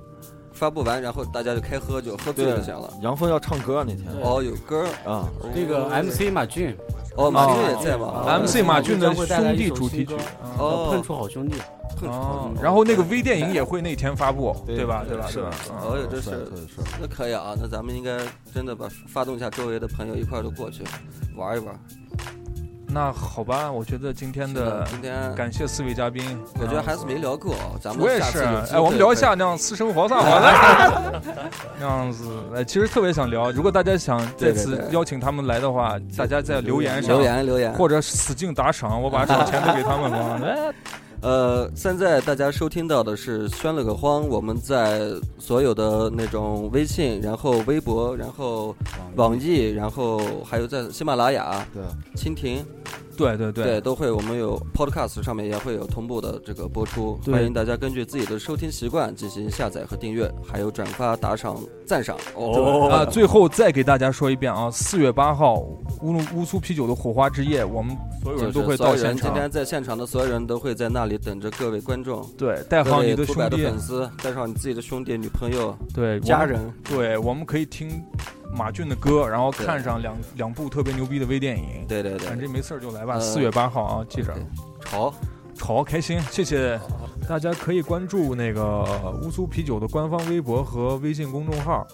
[SPEAKER 3] 发布完，然后大家就开喝酒，喝醉就行了。
[SPEAKER 5] 杨峰要唱歌啊那天
[SPEAKER 4] 对
[SPEAKER 3] 哦，有歌儿
[SPEAKER 5] 啊，
[SPEAKER 4] 那个 MC 马俊
[SPEAKER 3] 哦，马俊也在
[SPEAKER 4] 哦
[SPEAKER 3] 嘛。
[SPEAKER 4] 啊
[SPEAKER 1] MC 马俊的
[SPEAKER 4] 将会带
[SPEAKER 1] 兄
[SPEAKER 4] 来一
[SPEAKER 1] 弟
[SPEAKER 4] 首
[SPEAKER 1] 主题曲
[SPEAKER 4] 新歌，
[SPEAKER 1] 哦
[SPEAKER 4] 呃
[SPEAKER 3] 哦
[SPEAKER 4] 碰，出好兄弟，
[SPEAKER 1] 哦，然后那个微电影也会那天发布，对吧？对吧？
[SPEAKER 5] 是
[SPEAKER 1] 对吧
[SPEAKER 5] 的？
[SPEAKER 1] 啊
[SPEAKER 3] 哦，这
[SPEAKER 5] 是
[SPEAKER 3] 是
[SPEAKER 5] 的是的是的
[SPEAKER 3] 那可以啊，那咱们应该真的把发动一下周围的朋友一块儿都过去玩一玩。
[SPEAKER 1] 那好吧，我觉得今天
[SPEAKER 3] 是
[SPEAKER 1] 的
[SPEAKER 3] 今天
[SPEAKER 1] 感谢四位嘉宾，
[SPEAKER 3] 我觉得还是没聊够啊，咱们
[SPEAKER 1] 我也
[SPEAKER 3] 下次
[SPEAKER 1] 是，
[SPEAKER 3] 有机
[SPEAKER 1] 哎，我们
[SPEAKER 3] 会
[SPEAKER 1] 聊一
[SPEAKER 3] 可以
[SPEAKER 1] 下那样私生 活算好了， 那样子，哎，其实特别想聊。如果大家想再
[SPEAKER 3] 对对
[SPEAKER 1] 次
[SPEAKER 3] 对
[SPEAKER 1] 邀请他们来的话，大家在留言上
[SPEAKER 3] 留言留言。
[SPEAKER 1] 或者死劲打赏，我把 赏钱都给他们了。哎
[SPEAKER 3] 呃，现在大家收听到的是《宣了个荒》，我们在所有的那种微信，然后微博，然后网易，然后还有在喜马拉雅、
[SPEAKER 2] 啊
[SPEAKER 5] 对，
[SPEAKER 3] 蜻蜓，
[SPEAKER 1] 对对
[SPEAKER 3] 对
[SPEAKER 1] 对，
[SPEAKER 3] 都会，我们有 Podcast 上面也会有同步的这个播出，
[SPEAKER 1] 对
[SPEAKER 3] 欢迎大家根据自己的收听习惯进行下载和订阅，还有转发、打赏、赞赏。哦，
[SPEAKER 1] 啊，最后再给大家说一遍啊，四月八号乌鲁乌苏啤酒的火花之夜，我们所有
[SPEAKER 3] 就是
[SPEAKER 1] 人都会
[SPEAKER 3] 所有
[SPEAKER 1] 到
[SPEAKER 3] 人
[SPEAKER 1] 现
[SPEAKER 3] 今
[SPEAKER 1] 场。
[SPEAKER 3] 天在现场的所有人都会在那里等着各位观众，
[SPEAKER 1] 对，带
[SPEAKER 3] 各
[SPEAKER 1] 好
[SPEAKER 3] 位
[SPEAKER 1] 你的
[SPEAKER 3] 土
[SPEAKER 1] 兄
[SPEAKER 3] 百的
[SPEAKER 1] 弟，
[SPEAKER 3] 粉丝，带上你自己的兄弟、女朋友、
[SPEAKER 1] 对
[SPEAKER 3] 家，
[SPEAKER 1] 我们
[SPEAKER 3] 人。
[SPEAKER 1] 对，我们可以听马俊的歌，然后
[SPEAKER 3] 对
[SPEAKER 1] 看上两两部特别牛逼的微电影。
[SPEAKER 3] 对对对
[SPEAKER 1] 反，正没事儿就来吧，
[SPEAKER 3] 呃
[SPEAKER 1] 四月八号啊，记着
[SPEAKER 3] 对潮。
[SPEAKER 1] 好开心，谢谢大家可以关注那个呃乌苏啤酒的官方微博和微信公众号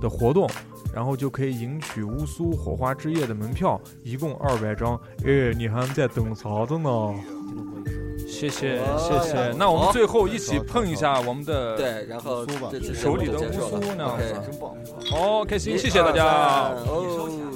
[SPEAKER 1] 的活动，然后就可以赢取乌苏火花之夜的门票，一共二百张。哎，你还在等啥子呢？
[SPEAKER 4] 真的不好意思。
[SPEAKER 1] 谢谢
[SPEAKER 3] 哎呀
[SPEAKER 1] 谢谢
[SPEAKER 3] 好，
[SPEAKER 1] 那我们最后一起碰一下我们的
[SPEAKER 3] 对，然后
[SPEAKER 2] 乌苏吧
[SPEAKER 3] 这期节目
[SPEAKER 1] 手里
[SPEAKER 3] 就
[SPEAKER 1] 的
[SPEAKER 3] 结束
[SPEAKER 1] 乌苏
[SPEAKER 3] 了
[SPEAKER 1] 呢
[SPEAKER 3] OK，
[SPEAKER 1] 好开心，谢谢大家。
[SPEAKER 3] 哦。